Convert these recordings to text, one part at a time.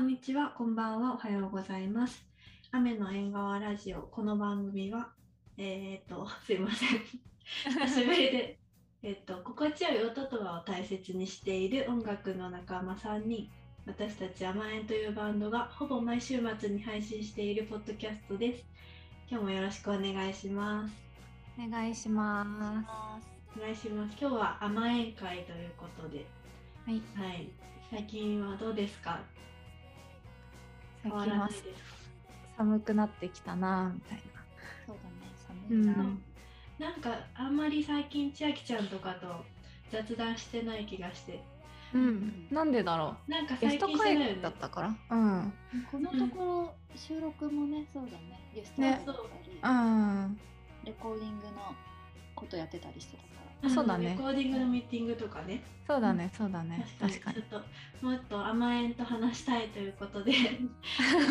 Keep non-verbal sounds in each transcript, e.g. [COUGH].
にちは、こんばんは、おはようございます。雨の縁側ラジオ、この番組は、えーっと、 [LAUGHS] すいません。久しぶりで、 [LAUGHS] えっと、心地よい音とはを大切にしている音楽の仲間3人、私たち甘えんというバンドがほぼ毎週末に配信しているポッドキャストです。今日もよろしくお願いします。お願いします。お願いします。今日は甘えん会ということで、はい、はい、最近はどうですか最変近わらないはですか寒くなってきたなみたいな。そうだね、う寒いな。ん、なんかあんまり最近千秋ちゃんとかと雑談してない気がしてうん、なんでだろなんかう。ゲ最スト近してない会よねだったから。うん、うん、このところ収録もね、そうだね、ゲストだったり、レコーディングのことやってたりしてたから。あのそうだねレコーディングのミーティングとかねそうだね、そうだね、確かちに。ょっともっと甘えんと話したいということ [LAUGHS] でなんか、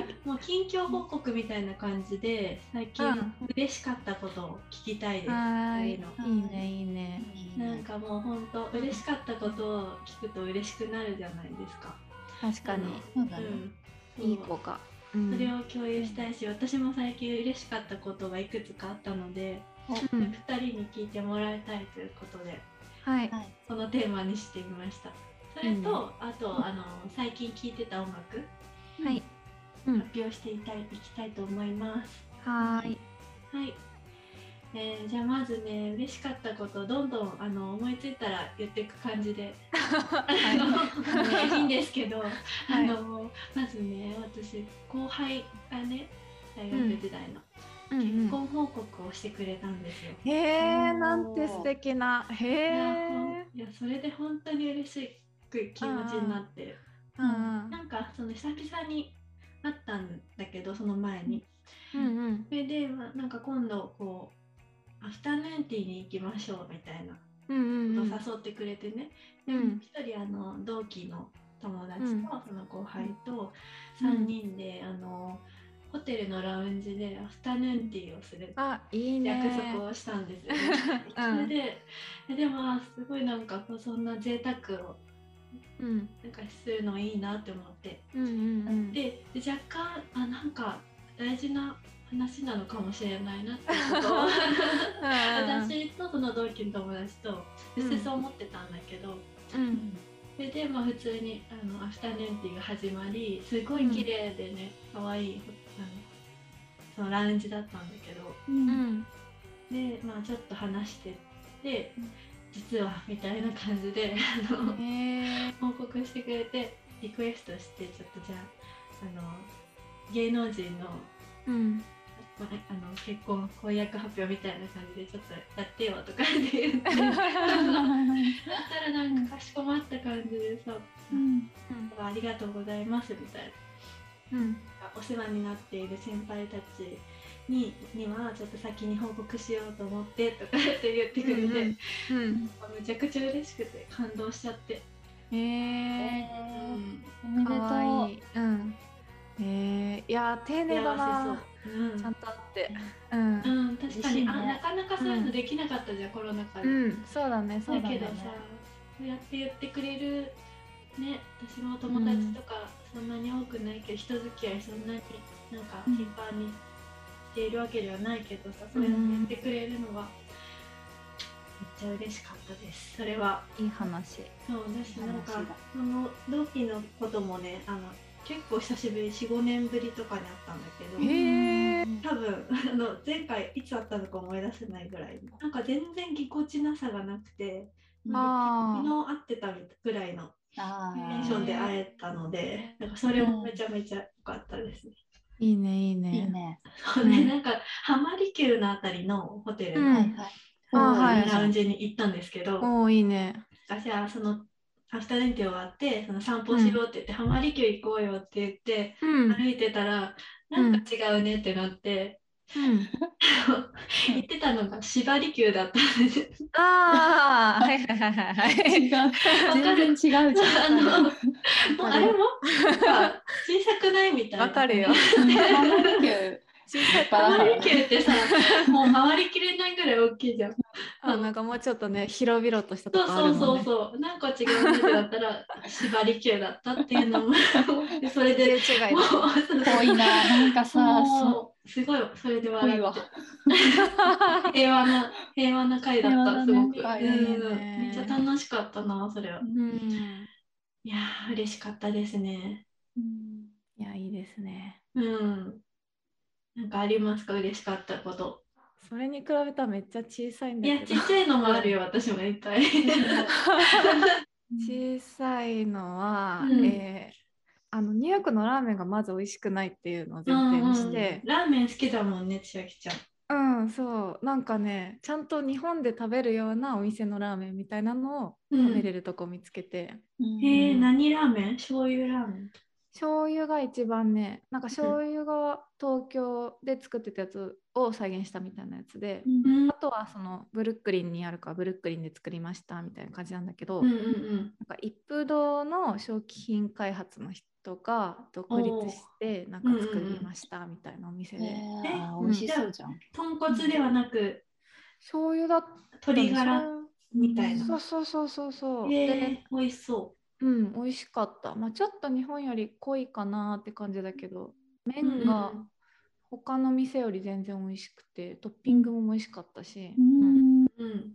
はもう近況報告みたいな感じで最近う嬉しかったことを聞きたいです、はーい、いそういういのね、いいね。なんかもうほんと嬉しかったことを聞くと嬉しくなるじゃないですか。確かに、そうだうね。ん、いい子が。うんそれを共有したいし、私も最近嬉しかったことがいくつかあったので、う二ん2人に聞いてもらいたいということではい、はい。このテーマにしてみましたそれと、いいねあとあの最近聴いてた音楽はい、うん発表していたいいきたいと思いますはーい、はい、えーじゃあまずね嬉しかったことどんどんあの思いついたら言っていく感じ [LAUGHS] で、あのいいんですけど、あのまずね私後輩がね大学時代の、うん結うん。婚報告をしてくれたんですよ。へえ、なんて素敵な。へいやほえん。いやそれで本当に嬉しく気持ちになってうんなんかその久々に会ったんだけどその前にうんうんそれで、まあ、なんか今度こうアフタヌーンティーに行きましょうみたいなこうんとをうん誘ってくれてね、うんで一人あの同期の友達うんとその後輩とうん3人で、あのホテルのラウンジでアフタヌーンティーをするあ、いいね。約束をしたんですよね。 [LAUGHS] うんそれでえでもあすごいなんかこうそんな贅沢をうんなんかするのいいなって思って、うんうんうん。でで若干あなんか大事な話なのかもしれないなって [LAUGHS] ことを私とその同期の友達とう別んにそう思ってたんだけど、うんそれでまあ普通にあのアフタヌーンティーが始まりすごい綺麗でね可愛、いいあのそのラウンジだったんだけど。う。うんんでまあちょっと話してって、うん実はみたいな感じであのへえ報告してくれてリクエストしてちょっとじゃああの芸能人の,、まうんあ、あの結婚婚約発表みたいな感じでちょっとやってよとかって言ってだったらなんかかしこまった感じでさうん。 「ありがとうございます」みたいな。うんお世話になっている先輩たちににはちょっと先に報告しようと思ってとかって言ってくれて、うんめちゃくちゃ嬉しくて感動しちゃって、へえうえん、おめでかとわう。いいうんへえいやー丁寧だな幸せそう、うんちゃんとあってうんうん、確かに、嬉しいねあなかなかそういうのできなかったじゃん、コロナ禍で、うんそうだねそうだだけねどさそうやって言ってくれるね私も友達とかそんなに多くないけど、人付き合いそんなになんかうん頻繁にしているわけではないけどさ、そうやって言ってくれるのはめっちゃ嬉しかったですそれはいい話そう私なんか楽しいわその同期のこともねあの結構久しぶり45年ぶりとかにあったんだけど、へえ多分 [LAUGHS] あの前回いつあったのか思い出せないぐらいなんか全然ぎこちなさがなくてあ昨ー日会ってたぐらいのあテンーションで会えたのでなんかそれもめちゃめちゃ良かったですね。いいねいいいいねね。そうねなんか浜離宮のあたりのホテルうのんはいはい。あーラウンはジに行ったんですけど、おおいいね私はそのアフタヌーンティー終わってその散歩しようって言って、浜離宮行こうよって言ってうんうん歩いてたら、うんなんか違うねってなって、行ってたのが芝離宮だったん [LAUGHS] です。ああはいはいはいはい違う。全然違うじゃん。あのあれもなんか小さくないみたいな。わかるよ。浜離宮小さいバー [LAUGHS] 周り球ってさ、もう回りきれないぐらい大きいじゃん。あなんかもうちょっとね広々としたとそこうあるそうもそうんねそう何個違うメニューだったら縛り級だったっていうの [LAUGHS] もそれで全然違いもうだそ多いななんかさそううすごいそれで多い笑わって [LAUGHS] 平和な平和な回だっ平和ただすねごく、回だねうんめっちゃ楽しかったなそれはうんいやー嬉しかったですねうんいやいいですねうんなんかありますか嬉しかったことそれに比べたらめっちゃ小さいんいだやけちどっちゃいのもあるよ私もいっぱ [LAUGHS] い小さいのは、うんえーあのニューヨークのラーメンがまず美味しくないっていうのを前提にして、ラーメン好きだもんね千秋ちゃんうんそうなんかねちゃんと日本で食べるようなお店のラーメンみたいなのをうん食べれるとこ見つけて、うんへえうん何ラーメン醤油ラーメン醤油が一番ねなんか醤油が東京で作ってたやつを再現したみたいなやつで、うんんあとはそのブルックリンにあるからブルックリンで作りましたみたいな感じなんだけど、うんうんなんか一風堂の商品開発の人が独立してなんか作りましたみたいなお店で、えーあー美味しそうじゃん。豚骨ではなく醤油だった鶏ガラみたいなそうそうそうそうそう、へでえ美味しそうん美味しかったまあちょっと日本より濃いかなって感じだけどううん麺が他の店より全然美味しくてトッピングも美味しかったし、うんうんうん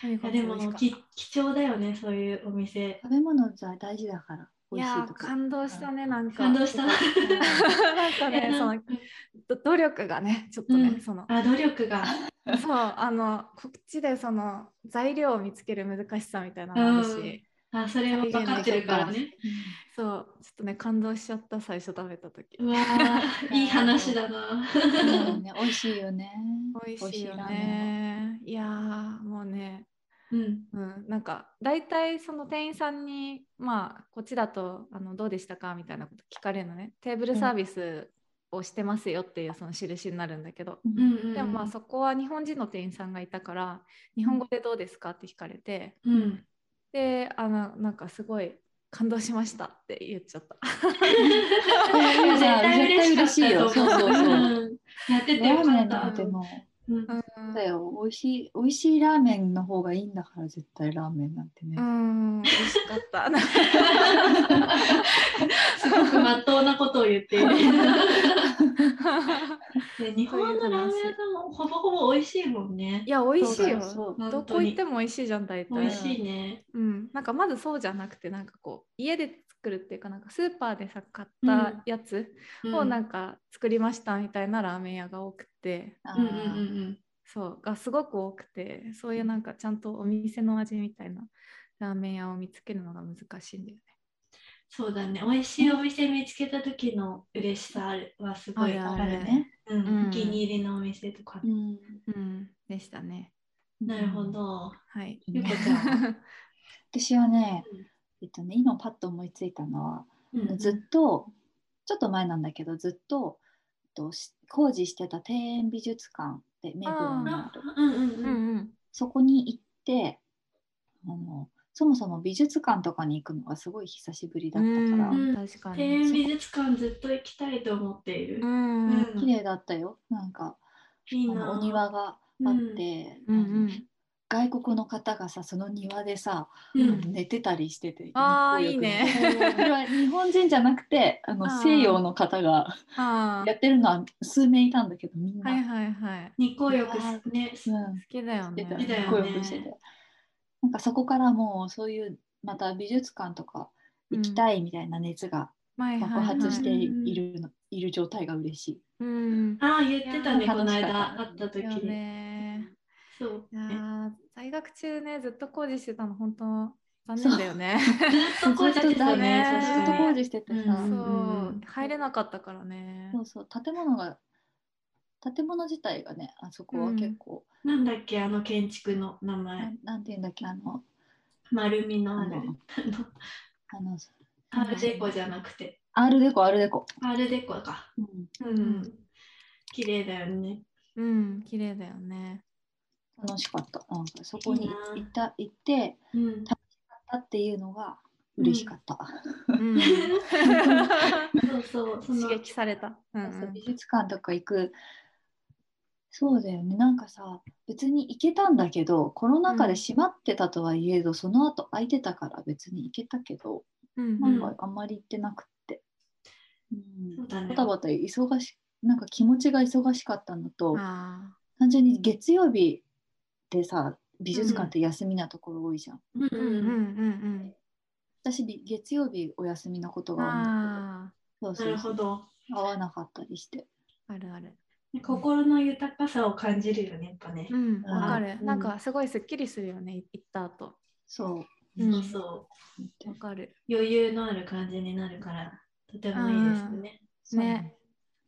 とにいかやくで美味しもかったき貴重だよねそういうお店食べ物じゃ大事だから。い美味しやいとーこ。感動したねなんか [LAUGHS] 感動した [LAUGHS] なんかえねなそのんど努力がねちょっとね、うんそのあ努力がそうあのこっちでその材料を見つける難しさみたいなのもあるし、うんあそれは分かってるからねそうちょっとね感動しちゃった最初食べた時うわ [LAUGHS] ーいい話だなうんね美味しいよね。美味しい美よ味ラーメンは。ねいやーもうねうんうん、なんか大体その店員さんにまあこっちだとあのどうでしたかみたいなこと聞かれるのねテーブルサービスをしてますよっていうその印になるんだけど、うんうんうんでもまあそこは日本人の店員さんがいたから日本語でどうですかって聞かれて、うんであのなんかすごい感動しましたって言っちゃった。いやい [LAUGHS] や絶対嬉しいよ。かそうったとそう思そう。んやっててラよーかメンっなたんてもうんうだよ。美味しい美味しいラーメンの方がいいんだから絶対ラーメンなんてねう。ん、美味しかった。 [LAUGHS] すごくまっとうなことを言 [LAUGHS] っているで日本のラーメン屋さんもほぼほぼ美味しいもんねいや、美味しいよ。そう本当にどこ行っても美味しいじゃん、大体。美味しいねうん、なんかまずそうじゃなくて、なんかこう、家で作るっていうか、なんかスーパーでさ、買っうんたやつうんをなんか作りましたみたいなラーメン屋が多くて、あうんうんうーんそう、がすごく多くて、そういうなんかちゃんとお店の味みたいなラーメン屋を見つけるのが難しいんだよね。そうだね美味しいお店見つけた時の嬉しさあるはすごいああるあるるねね。うんうんお気に入りのお店とかうん。うん、でしたね。なるほどはい。ゆこちゃんは私はねうん、えっとね今パッと思いついたのは。うんずっとちょっと前なんだけどずっとえっとし工事してた庭園美術館で目黒にああるうんうん [LAUGHS] ううんんそこに行ってあのそもそも美術館とかに行くのがすごい久しぶりだうったかん。ら、ん確か庭園に。美術館ずっと行きたいと思っているうう。んん綺麗だったよなんかいいあなのお庭があって、うんうあのん。外国の方がさその庭でさ、うん寝てたりしててあー日光浴いいのそれは日本人じゃなくてあのあー西洋の方がああや。ってるのは数名いたんだけどみんな、はいはいはい。日光浴すねうん好、きだよね出。た好きだよねコヨコヨしててなんかそこからもうそういうまた美術館とか行きたいみたいな熱がはいはい爆はい発しているの、いる状態が嬉しい。うん。ああ言ってたねいやーこの楽し間かった会った時よにね。そういやねー在学中ねずっと工事してたの本当残念だよね。ずっと工事してたねずそう確っと工かに事しててうさ、 [LAUGHS] そんう入れなかったからねそ。うそう建物が建物自体がねあそこは結構、なんだっけあの建築の名な前んなんていうんだっけあの丸みのああるのあのアールデコじゃなくてアールデコアールデコ、アールデコかうんうん綺麗だよねうん綺麗だよね。楽しかったなんかそこいにい行なった行ってうんだっていうのが嬉しかった、 [LAUGHS] うん。そうそうそ刺の激された。うんうそうん美術館とか行くそうだよねなんかさ別に行けたんだけどコロナ禍で閉まってたとはいえど、その後空いてたから別に行けたけど、うんなうんんかあんまり行ってなくって、うんそうだねバタバタ忙しなんか気持ちが忙しかったのとあ単純に月曜日でさ美術館って休みなところ多いじゃん、うんーうんうんうん私び月曜日お休みのことうん。が多いんだあけどそなうそうるほそうど。合わなかったりしてあ、あるある。心の豊かさを感じるよね、やっぱねう。ん、わかるう。んなんかすごいすっきりするよね、行った後。そううんそうそわかる。う。余裕のある感じになるから、とてもいいですね。そうね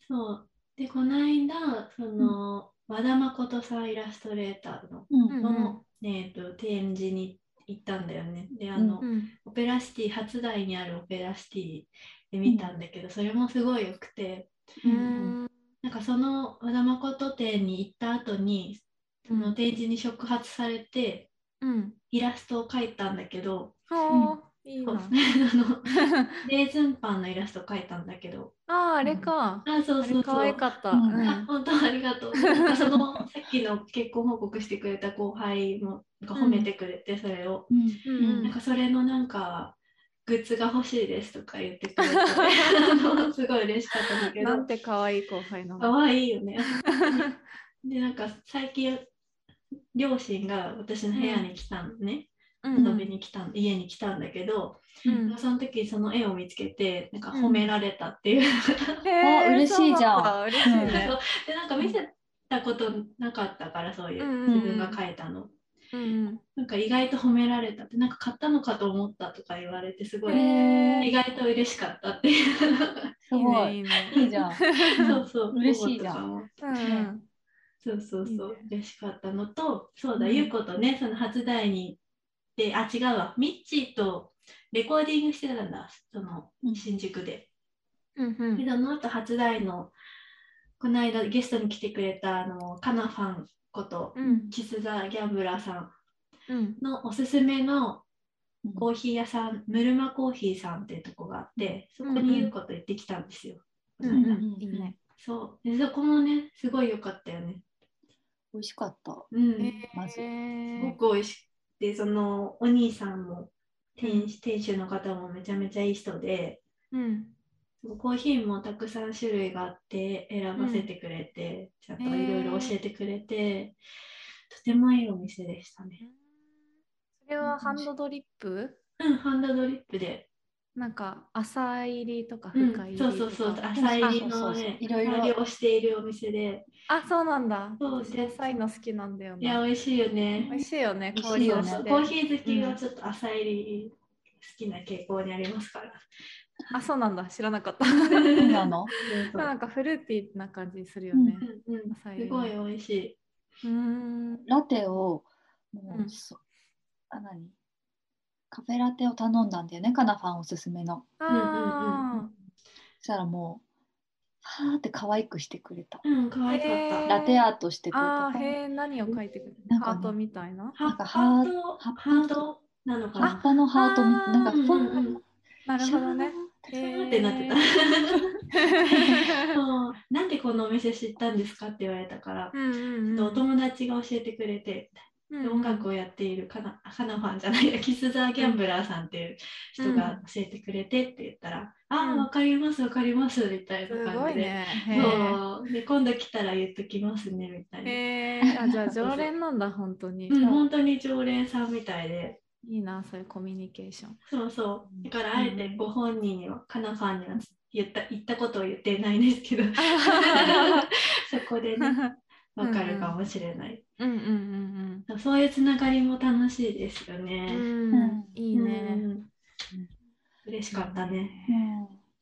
そう。で、この間、その、和田誠さんイラストレーターの、うんうんの、えっと、展示に行ったんだよね。で、あの、うん。オペラシティ、初台にあるオペラシティで見たんだけど、それもすごい良くて、ううんんなんかその和田誠展に行った後に、その展示に触発されて、うん。イラストを描いたんだけど、あーいいそう [LAUGHS] なあ。のあレーズンパンのイラストを描いたんだけど、 [LAUGHS] あー、あれか。あ、そうあそれう可そう愛。かった。ううんあん本当ありがとう。なんかそのさっきの結婚報告してくれた後輩もなんか褒めてくれてそれを、うんうんうんなんかそれのなんかグッズが欲しいですとか言ってくれてあのすごい嬉しかったんだけなんどて可愛い後輩なの。可愛いよね。でなんか最近両親が私の部屋に来たのね、うん遊びに来たん家に来たんだけど、うんその時その絵を見つけてなんか褒められたっていう、へーあ嬉しいじゃんそうなんだ嬉しいねそう。 [LAUGHS] でなんか見せたことなかったからそういう、うん自分が書いたの。うんなんか意外と褒められたってなんか買ったのかと思ったとか言われてすごうん。いへー意外と嬉しかったっていうすごいいいね。いいいねいじゃんそうそう嬉しいじゃん保護とかもうんうんそうそうそういいね嬉しかったのとそうだ、うんゆうことねその初代にであ違うわミッチーとレコーディングしてたんだそのうん新宿で。うんうでんその後初代のこの間ゲストに来てくれたあのカナファンことうんキス・ザ・ギャンブラーさんうんのおすすめのうんコーヒー屋さん、ムルマコーヒーさんっていうとこがあって、そこうんうんにゆうこと行ってきたんですよ。うこの間んうんいいね。そうで。そこもね、すごい良かったよね。美味しかったうん。ますずへーごく美味しくて、そのお兄さんも店主店主の方もめちゃめちゃいい人で、うんコーヒーもたくさん種類があって選ばせてくれて、ちゃんといろいろ教えてくれて、とてもいいお店でしたね。それはハンドドリップうん、ハンドドリップでなんか浅入りとかうん深入りとそか、うそうそう、あ朝入りのそうそうそうね、いろいろ料理をしているお店で、そうなんだそう私浅いの好きなんだよいや、な美味しいよね美。味しいよね美味香しいりよをねしてコーヒー好きがちょっと朝入り好きな傾向にありますから。あそうなんだ知らなかったそうなの [LAUGHS] なんかフルーティーな感じするよね、うんうん朝入すりごい美味しい。うーんラテをもううんそ、あ何カフェラテを頼んだんだよねカナファンおすすめのあそしたらもうはーって可愛くしてくれたうん、可愛かっへーた。ラテアートしてーくれたあーへえ何を書いてくるなんかハねートみたいなハなんかハハーート、ハハートなのか葉っな。ぱのハートみあーなんかうんふうわんうーん、なるほどねシャーってなってた。そうなんでこのお店知ったんですかって言われたから、 [LAUGHS] うんうんうんお友達が教えてくれて、で音楽をやっているカナカナファンじゃないやキス・ザ・ギャンブラーさんっていう人が教えてくれてって言ったら「ああうん分かります分かります」みたいすなご感いじで,ね。そへう、ーで今度来たら言っときますねみたいな、へえあ [LAUGHS] じゃあ常連なんだ本当に、ういん、本当に常連さんみたいでいなそういうコミュニケーシ [LAUGHS] ョンそうそううんだからあえてご本人にはカナファンには言った言ったことを言ってないんですけど [LAUGHS] そこでね分かるかもしれない、うんうんうんそういうつながりも楽しいですようね、んうんいいねうん嬉しかったね。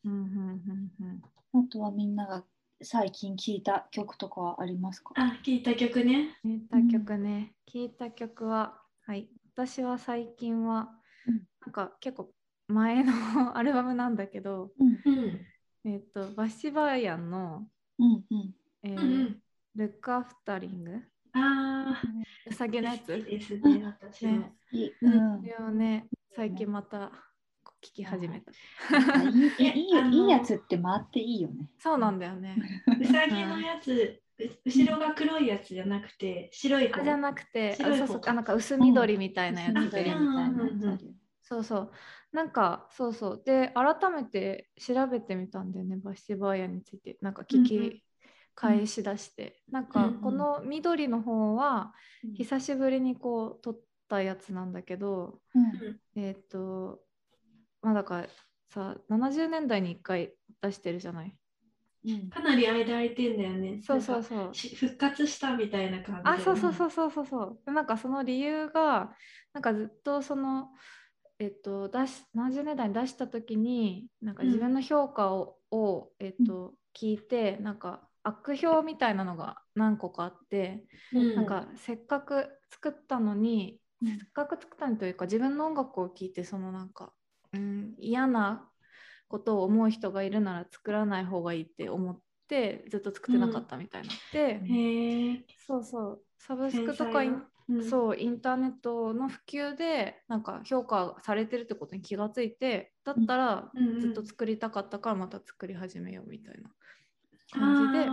うんうんうんうんあとはみんなが最近聴いた曲とかはありますかあ、聞いた曲ね。うん聞いた曲ね聞いた曲ははい私は最近は、うんなんか結構前のアルバムなんだけどうんうん。えっ、とバシバーヤンの、うんうんえーうんうん。ルックアフタリングああ、うさぎのやつ好きですね、私も。いい、ううんんそ、れをね最近また聞き始めたいいいいえあのいいやつって回っていいよねそうなんだよねうさぎのやつ後ろが黒いやつじゃなくて白いあ方じゃなくてあ白いそう方そうかあなんか薄緑みたいなやつで、うんうんそうそうなんかそうそうで改めて調べてみたんだよねバシティバーヤについてなんかう聞んうんき返し出して、なんうかんうんこの緑の方はうん久しぶりにこう撮ったやつなんだけどえーっ、とまあだからさ70年代に1回出してるじゃないうんかなり間空いてんだよねそうそうなんかそうし復活したみたいな感じあそうそううそうそうそうそうでなんかその理由がなんかずっとそのえっと出し70年代に出した時になんかうん自分の評価を,、をえっと聞いてなんか悪評みたいなのが何個かあって、うんなんかせっかく作ったのにせっかく作ったのにというか自分の音楽を聴いてそのなんか、うん、嫌なことを思う人がいるなら作らない方がいいって思ってずっと作ってなかったみたいな。でへえそうそうサブスクとかイン、そうインターネットの普及でなんか評価されてるってことに気がついてだったらうんうんうんずっと作りたかったからまた作り始めようみたいなう感じで、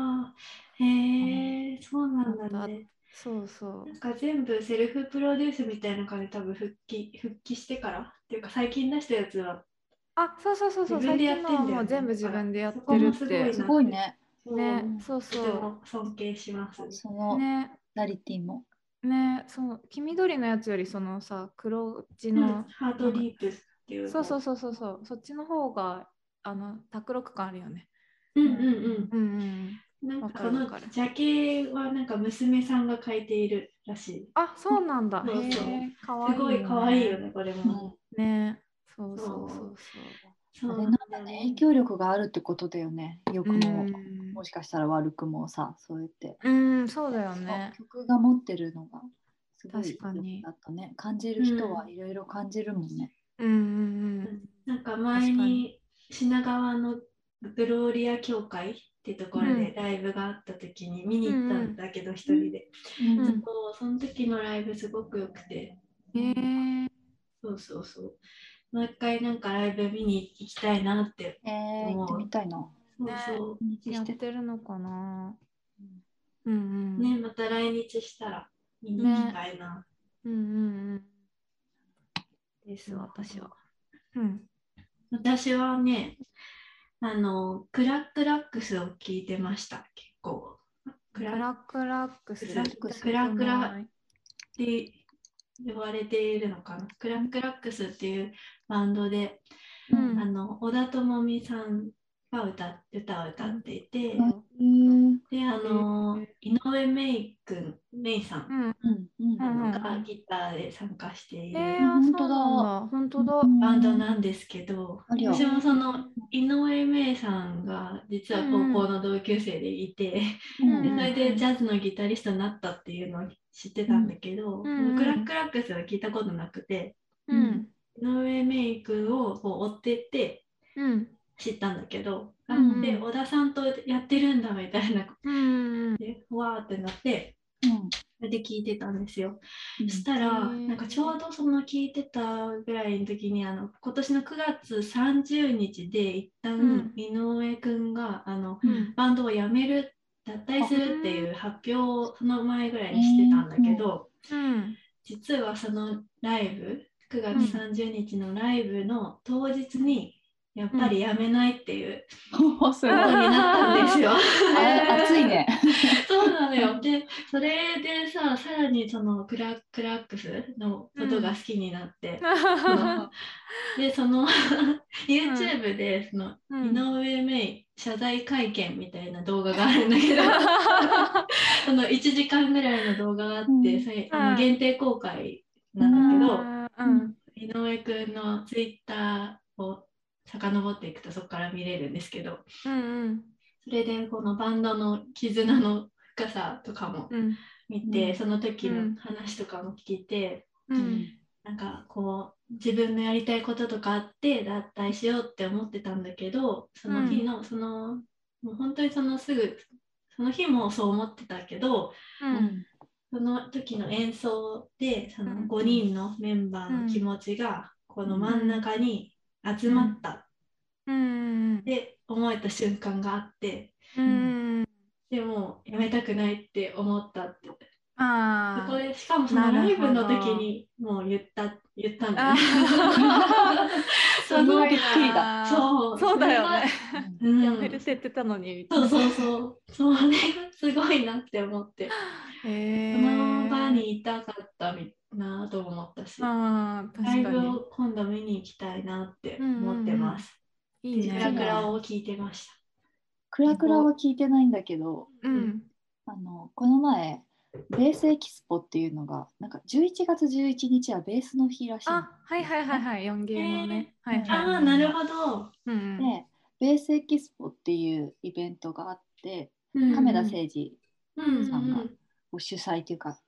でへえそうなんだねそうそうなんか全部セルフプロデュースみたいな感じで多分復帰復帰してからっていうか最近出したやつはあそうそうそうそう自分最でやっ近てんのだよねはもう全部自分でやっそこてるもっすごいてすごいねねうんそうとてそも尊敬しますそのうねダリティもねその黄緑のやつよりそのさ黒地うんの、ハートリープっていうそうそうそうそうそうそっちの方があの卓録感あるよねうんうんうんうんうんなんわかかこるのわかるジャケはなんか娘さんが描いているらしい。あそうなんだ。そうそうへえかわいすい。ごい可愛いよ。ね、これも。ね。そうそうそうそそうう。そあうれなんかね影響力があるってことだよね良くももしかしたら悪くもさそうやってうん、うん、そうだよね。そう曲が持ってるのがすごい確かにだったね感じる人はいろいろ感じるもんね、うんうんなんか前に品川のグローリア教会ってところうでんライブがあった時に見に行ったんだけど、一人で。うんうんそうその時のライブすごく良くて、うん。へえ。そうそうそう。もう一回なんかライブ見に行きたいなって。えー、行ってみたいなそうそ日やしってたてるのかな。うんうん。う。ね、また来日したら見に行きたいな。うんうんうん。です私は。うん。私はね、あの、クラックラックスを聞いてました、結構。ククラックっラクラックス。クラクラクラクラ聞いて呼ばれているのかな。クラックラックスっていうバンドで、たことあない。の、小田智美さんが歌っ歌を歌っていて、うん。うんで、あの、井上芽衣君、芽衣さんううん。んうんうんがギターで参加していえるえ、あ本そう当だなんだ。本当だ。バンドなんですけど、ありゃ私もその井上芽衣さんが実は高校の同級生でいて、うんでうんそれでジャズのギタリストになったっていうのを知ってたんだけど、うんうんクラックラックスは聞いたことなくてうん。井上芽衣君をこう追ってってうん。知ったんだけど、あうんうんで小田さんとやってるんだみたいなこうん。とでわーってなってうんそれで聞いてたんですよ。うんそしたら、うんなんかちょうどその聞いてたぐらいの時にあの今年の9月30日で一旦ん井上くんが、あのうん。バンドを辞める脱退するっていう発表をその前ぐらいにしてたんだけど、うん。実はそのライブ9月30日のライブの当日にやっぱり辞めないっていうすことになったんですよ。 [LAUGHS] あれ熱いね。そうなのよ。で、それでさ、さらにそのクラクラックスのことが好きになって、そので、その [LAUGHS] YouTube でその、うん井上芽衣謝罪会見みたいな動画があるんだけ [LAUGHS] ど、その1時間ぐらいの動画があって、うんそれあうのん限定公開なんだけど、うん井上くんの Twitter を遡っていくとそこから見れるんですけど、うんそれでこのバンドの絆の深さとかもうん見て、うんその時うのん話とかも聞いて、ううんんなんかこう自分のやりたいこととかあって脱退しようって思ってたんだけどその日の、そのもう本当にそのすぐその日もそう思ってたけどうんその時の演奏でそのうん5人のメンバーの気持ちがこの真ん中に集まったうんって思えた瞬間があってうんでもやめたくないって思ったってあそこーでしかもそのなラるイほどブの時にもう言った言ったんだあよね [LAUGHS] すごいなびっくりだそうそうだよね。すごいやうめるっん、て言ってたのにみたいそうそうな。そうそうねすごいなって思ってへそーの場にいたかったなとも思ったしあーライ確ブかにを今度見に行きたいなって思ってます。いいクラね。クラを聞いてましクラクラは聞いてないんだけど、うん。あのこの前ベースエキスポっていうのがなんか11月11日はベースの日らしいのあはいはいはいはい四ゲームね。はいはいた。ああ、なるほど。うんうんでベースエキスポっていうイベントがあってうん亀田誠治うんさんがを主催というか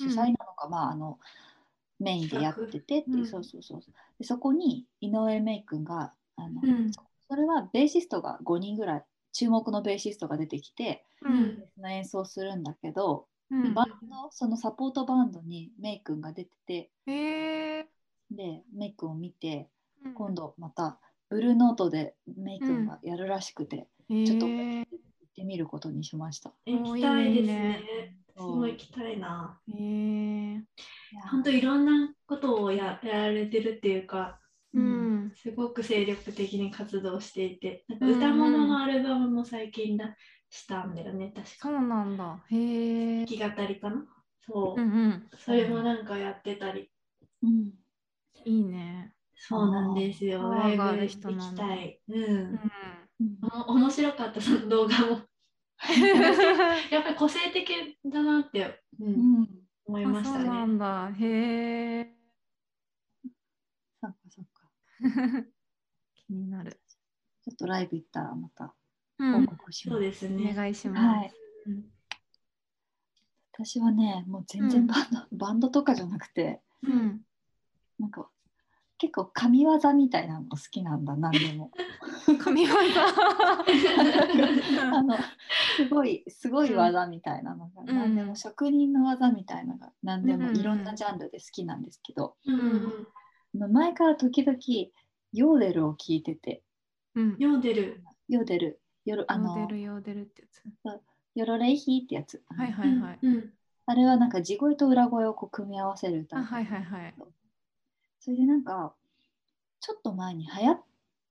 う主ん催なのか、まああのメインでやっててっていう、うんそうそうそうでそこに井上芽衣君があの、うんそれはベーシストが5人ぐらい注目のベーシストが出てきてうんうんその演奏するんだけど、うんバンドそのサポートバンドにメイ君が出ててへーでメイ君を見てうん今度またブルーノートでメイ君がやるらしくて、ちょっとへー行ってみることにしました。行きたいですね。すそうごい行きたいな。へーいや本当いろんなことをややられてるっていうか、ううんんすごく精力的に活動していて、なんかうんうん歌物のアルバムも最近だしたんだよね、確そか。うなんだ。へえ弾。き語りかなそうう、んうん。それもなんかやってたり。うんいいね。そうなんですよ。パラワーイブがある人行なきんだたい。うん。うんおも面白かった、その動画も。 [LAUGHS] やっぱり個性的だなって、う、うんん思いあましそたうなね。んだ。へえ。 [LAUGHS] そっかそっか気になる。ちょっとライブ行ったらまたう報ん。告しそまうす。ですおね。願いします。はい、うん私はねもう全うん然バンド、バンドとかじゃなくてうん。なんか結構神業みたいなの好きなんだ何で [LAUGHS] も神業。あのすごいすごい技みたいなのが、うん何でも職人の技みたいなのが何でうんもうんうんいろんなジャンルで好きなんですけど、 [LAUGHS] うんうんうんまあ前から時々ヨーデルを聞いててうん。読んでる。ヨーデルヨロあヨーのデルヨーデルってやつ。ヨロレイヒーってやつ、はいはういんはい。うんあれはなんか地声と裏声をこう組み合わせる歌あなんだけどはいはいはい。それでなんかちょっと前に流行っ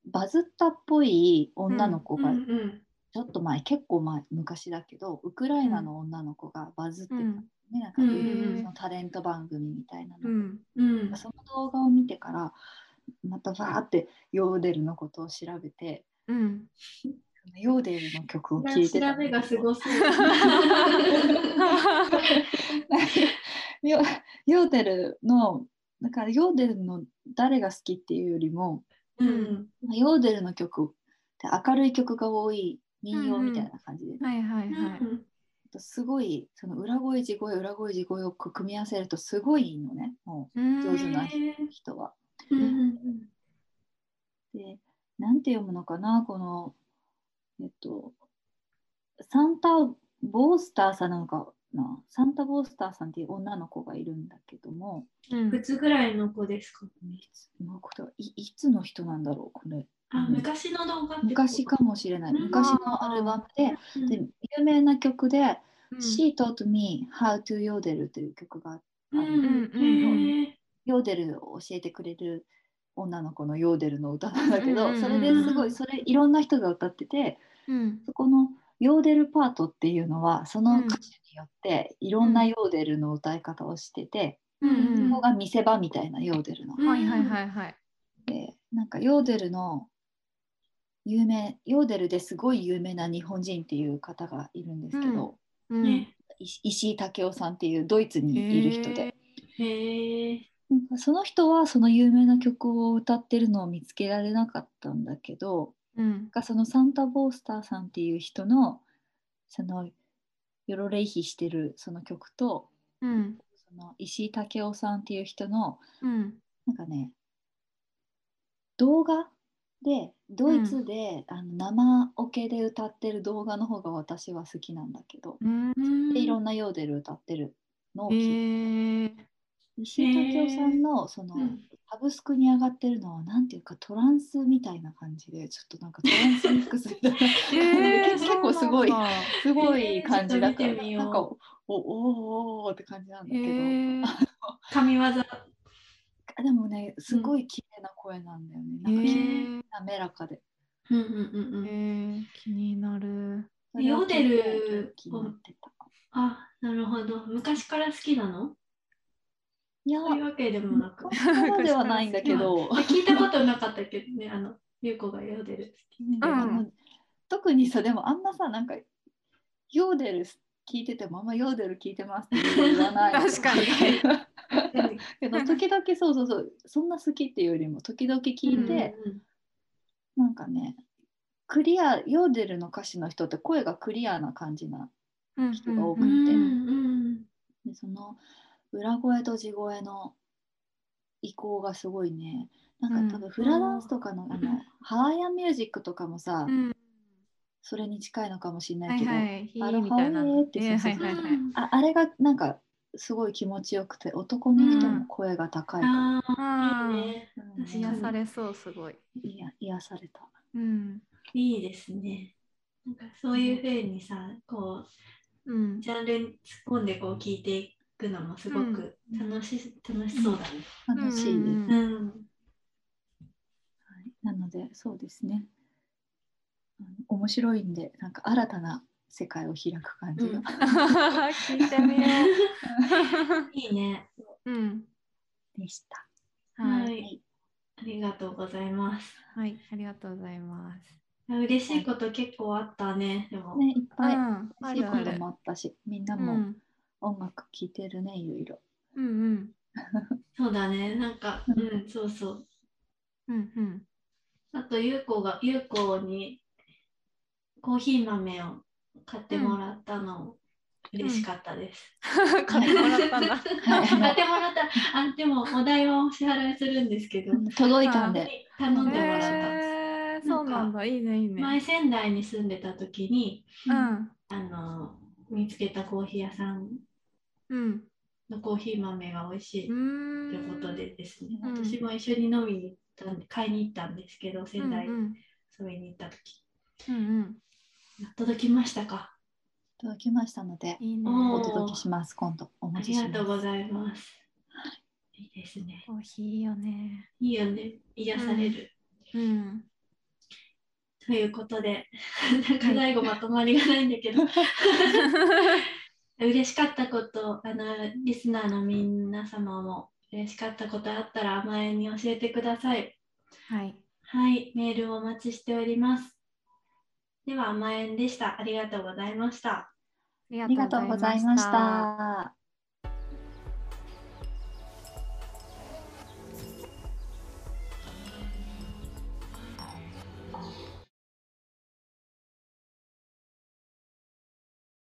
バズったっぽい女の子うんうが、んちょっと前結構前昔だけどウクライナの女の子がバズってた、ねうんなんかうんそのタレント番組みたいなの、うん。うんその動画を見てからまたバーってヨーデルのことを調べてうん。ヨーデルの曲を聴い調てたんだべけどがすごそう。ヨヨーデルのだからヨーデルの誰が好きっていうよりもうんまあヨーデルの曲って明るい曲が多い民謡みたいな感じで、はいはいうんはい。すごいその裏声地声裏声地声をこう組み合わせるとすごいいいのねもうん上手なう人は。でなんて読むのかなこのえっとサンタ・ボースターさんなのかなサンタ・ボースターさんっていう女の子がいるんだけどもうんいくつぐらいの子ですかいつのこといいつの人なんだろうこれあ、昔の動画ってこと昔かもしれないうん昔のアルバムでうんで有名な曲でう「ん She Taught Me How to Yodel」という曲があってうんうんうんへえヨーデルを教えてくれる女の子のヨーデルの歌なんだけど、うんうんうんそれですごいそれいろんな人が歌っててうん。そこのヨーデルパートっていうのはその歌手によっていろんなヨーデルの歌い方をしてて、うんうんここが見せ場みたいなヨーデルの。はいはいはいはい。でなんかヨーデルの有名ヨーデルですごい有名な日本人っていう方がいるんですけど、うん。ね石石井武夫さんっていうドイツにいる人で。へえなんかその人はその有名な曲を歌ってるのを見つけられなかったんだけどうん。なんかそのサンタ・ボースターさんっていう人のそのヨロレイヒしてるその曲とうん。その石井武夫さんっていう人のうん。なんかね動画でドイツで、あの生オケで歌ってる動画の方が私は好きなんだけど、うん。うんでいろんなヨーデル歌ってるのをえ聞いてー石井武夫さんのその、うんサブスクに上がってるのはなんていうかトランスみたいな感じでちょっとなんかトランスミックスみたいな [LAUGHS] えー結構すごいそうなんだすごい感じだから、えーちょっと見てみようなんかおおおーおーって感じなんだへけど、ー神業。でもねすごい綺麗な声なんだよね、えなんか綺麗ー滑らかで。うんうんうんうん。えー気になる。それを聞いてヨーデル気になってたあ、なるほど。昔から好きなのいやそういうわけでもなく。そこまではないんだけど、聞いたことなかったけどね、あの、ゆうこがヨーデルうんあの特にさでもあんまさなんかヨーデル聞いててもあんまヨーデル聞いてますって言わない確かに好き。うん [LAUGHS] けど時々そうそうそうそんな好きっていうよりも時々聞いて、なんかねクリアヨーデルの歌手の人って声がクリアな感じな人が多くうて、んうんでその裏声と地声の移行がすごいねなんか多う分フラダンスとかの,、あうんのハワイアンミュージックとかもさ、うんそれに近いのかもしれなはいいけど、はい。ひあのーみたいな。ハワイってそうそうねうん。はいはいはうい。んああれがなんかすごい気持ちよくて男の人も声が高いから、あああ、いいーね。う確んか癒にされそう、すごい。いや癒された。うん。いいですね。なんかそういうふうにさ、こうんう、ジャンルに突っ込んでこう聞いていくのもすごく楽し,、楽しそうだね。楽しいです。うう [LAUGHS] んうんん。はいなのでそうですねうん面白いんでなんか新たな世界を開く感じが、うん聞いてみよいいね。う。うん。でした。ははい。い。ありがとうございます。はい。ありがとうございます。嬉しいこと結構あったね。でも、ねいっぱいうんあ嬉しいるこあとる。もあったしみんなうもん音楽聴いてるねいろい [LAUGHS] ろ。うんうん。そうだね。なんか、うん、そうそう。うんうん。 [LAUGHS] あと、ゆうこが、ゆうこにコーヒー豆を買ってもらったの、嬉しかったです。買ってもらったんはだ。いあの買ってもらった。あ、でも、お代はお支払いするんですけどう、ん届いた本当んでに頼んでもらった。へーそうなんだ。いいね、いいね。前、仙台に住んでた時に、うん。あの、見つけたコーヒー屋さんうん。のコーヒー豆が美味しい。うーんということでですね、うん私も一緒に飲みに行ったんで買いに行ったんですけど仙台うんうん遊びに行った時、うん届きましたか届きましたのでうん、いいね。おおー届けします今度おあ持ちりしがまとうす。ございますいいですねコーヒーいいよね。いいよね癒される、うん。 [LAUGHS] ということで [LAUGHS] なんか最後まとまりがないんだけど嬉しかったことあのリスナーの皆様も嬉しかったことあったら甘えに教えてくださいはい。 [LAUGHS] はい、メールをお待ちしております。では、まえんでした。ありがとうございました。あありがとうございまし。た。